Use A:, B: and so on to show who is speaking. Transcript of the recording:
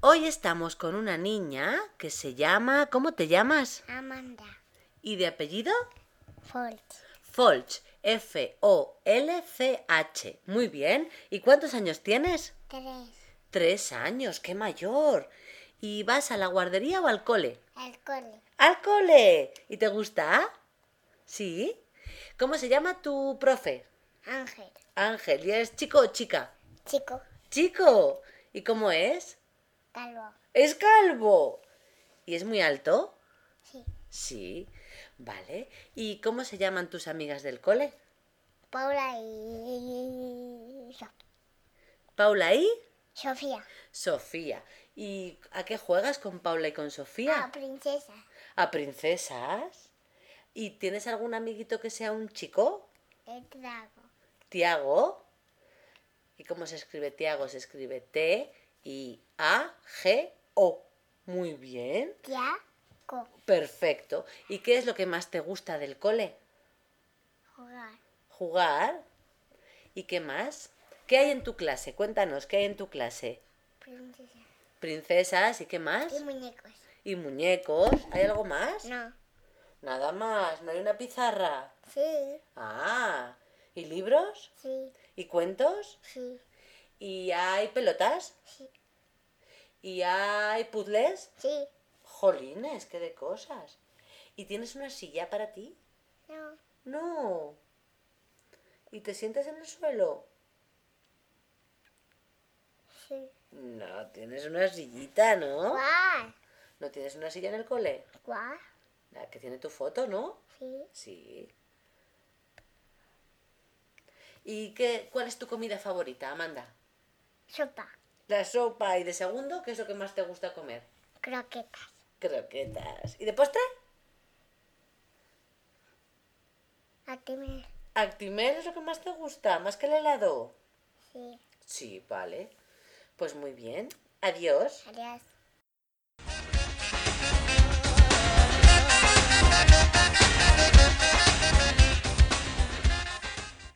A: Hoy estamos con una niña que se llama... ¿Cómo te llamas?
B: Amanda.
A: ¿Y de apellido?
B: Folt.
A: Folch. F-O-L-C-H. Muy bien. ¿Y cuántos años tienes?
B: Tres.
A: Tres años. ¡Qué mayor! ¿Y vas a la guardería o al cole?
B: El cole.
A: ¡Al cole! ¿Y te gusta? ¿Sí? ¿Cómo se llama tu profe?
B: Ángel.
A: Ángel. ¿Y es chico o chica?
B: Chico.
A: ¡Chico! ¿Y cómo es?
B: Calvo.
A: ¡Es calvo! ¿Y es muy alto?
B: Sí.
A: Sí. Vale. ¿Y cómo se llaman tus amigas del cole?
B: Paula y... So-
A: Paula y
B: Sofía.
A: Sofía. ¿Y a qué juegas con Paula y con
B: Ah,
A: Sofía?
B: princesa.
A: A princesas. ¿Y tienes algún amiguito que sea un chico?
B: El trago.
A: Tiago. ¿Y cómo se escribe Tiago? Se escribe T-I-A-G-O. Muy bien.
B: Tiago.
A: Perfecto. ¿Y qué es lo que más te gusta del cole?
B: Jugar.
A: Jugar. ¿Y qué más? ¿Qué hay en tu clase? Cuéntanos, ¿qué hay en tu clase?
B: Princesa.
A: Princesas y qué más?
B: Y muñecos.
A: Y muñecos. ¿Hay algo más?
B: No.
A: Nada más, no hay una pizarra.
B: Sí.
A: Ah, ¿y libros?
B: Sí.
A: ¿Y cuentos?
B: Sí.
A: ¿Y hay pelotas?
B: Sí.
A: ¿Y hay puzzles?
B: Sí.
A: Jolines, qué de cosas. ¿Y tienes una silla para ti?
B: No.
A: No. ¿Y te sientas en el suelo?
B: Sí.
A: No, tienes una sillita, ¿no?
B: ¿Cuál?
A: ¿No tienes una silla en el cole?
B: ¿Cuál?
A: La que tiene tu foto, ¿no?
B: Sí.
A: Sí. ¿Y qué, cuál es tu comida favorita, Amanda?
B: Sopa.
A: La sopa y de segundo, ¿qué es lo que más te gusta comer?
B: Croquetas.
A: Croquetas. ¿Y de postre?
B: A ti me...
A: Actimel es lo que más te gusta, más que el helado.
B: Sí.
A: Sí, vale. Pues muy bien. Adiós.
B: Adiós.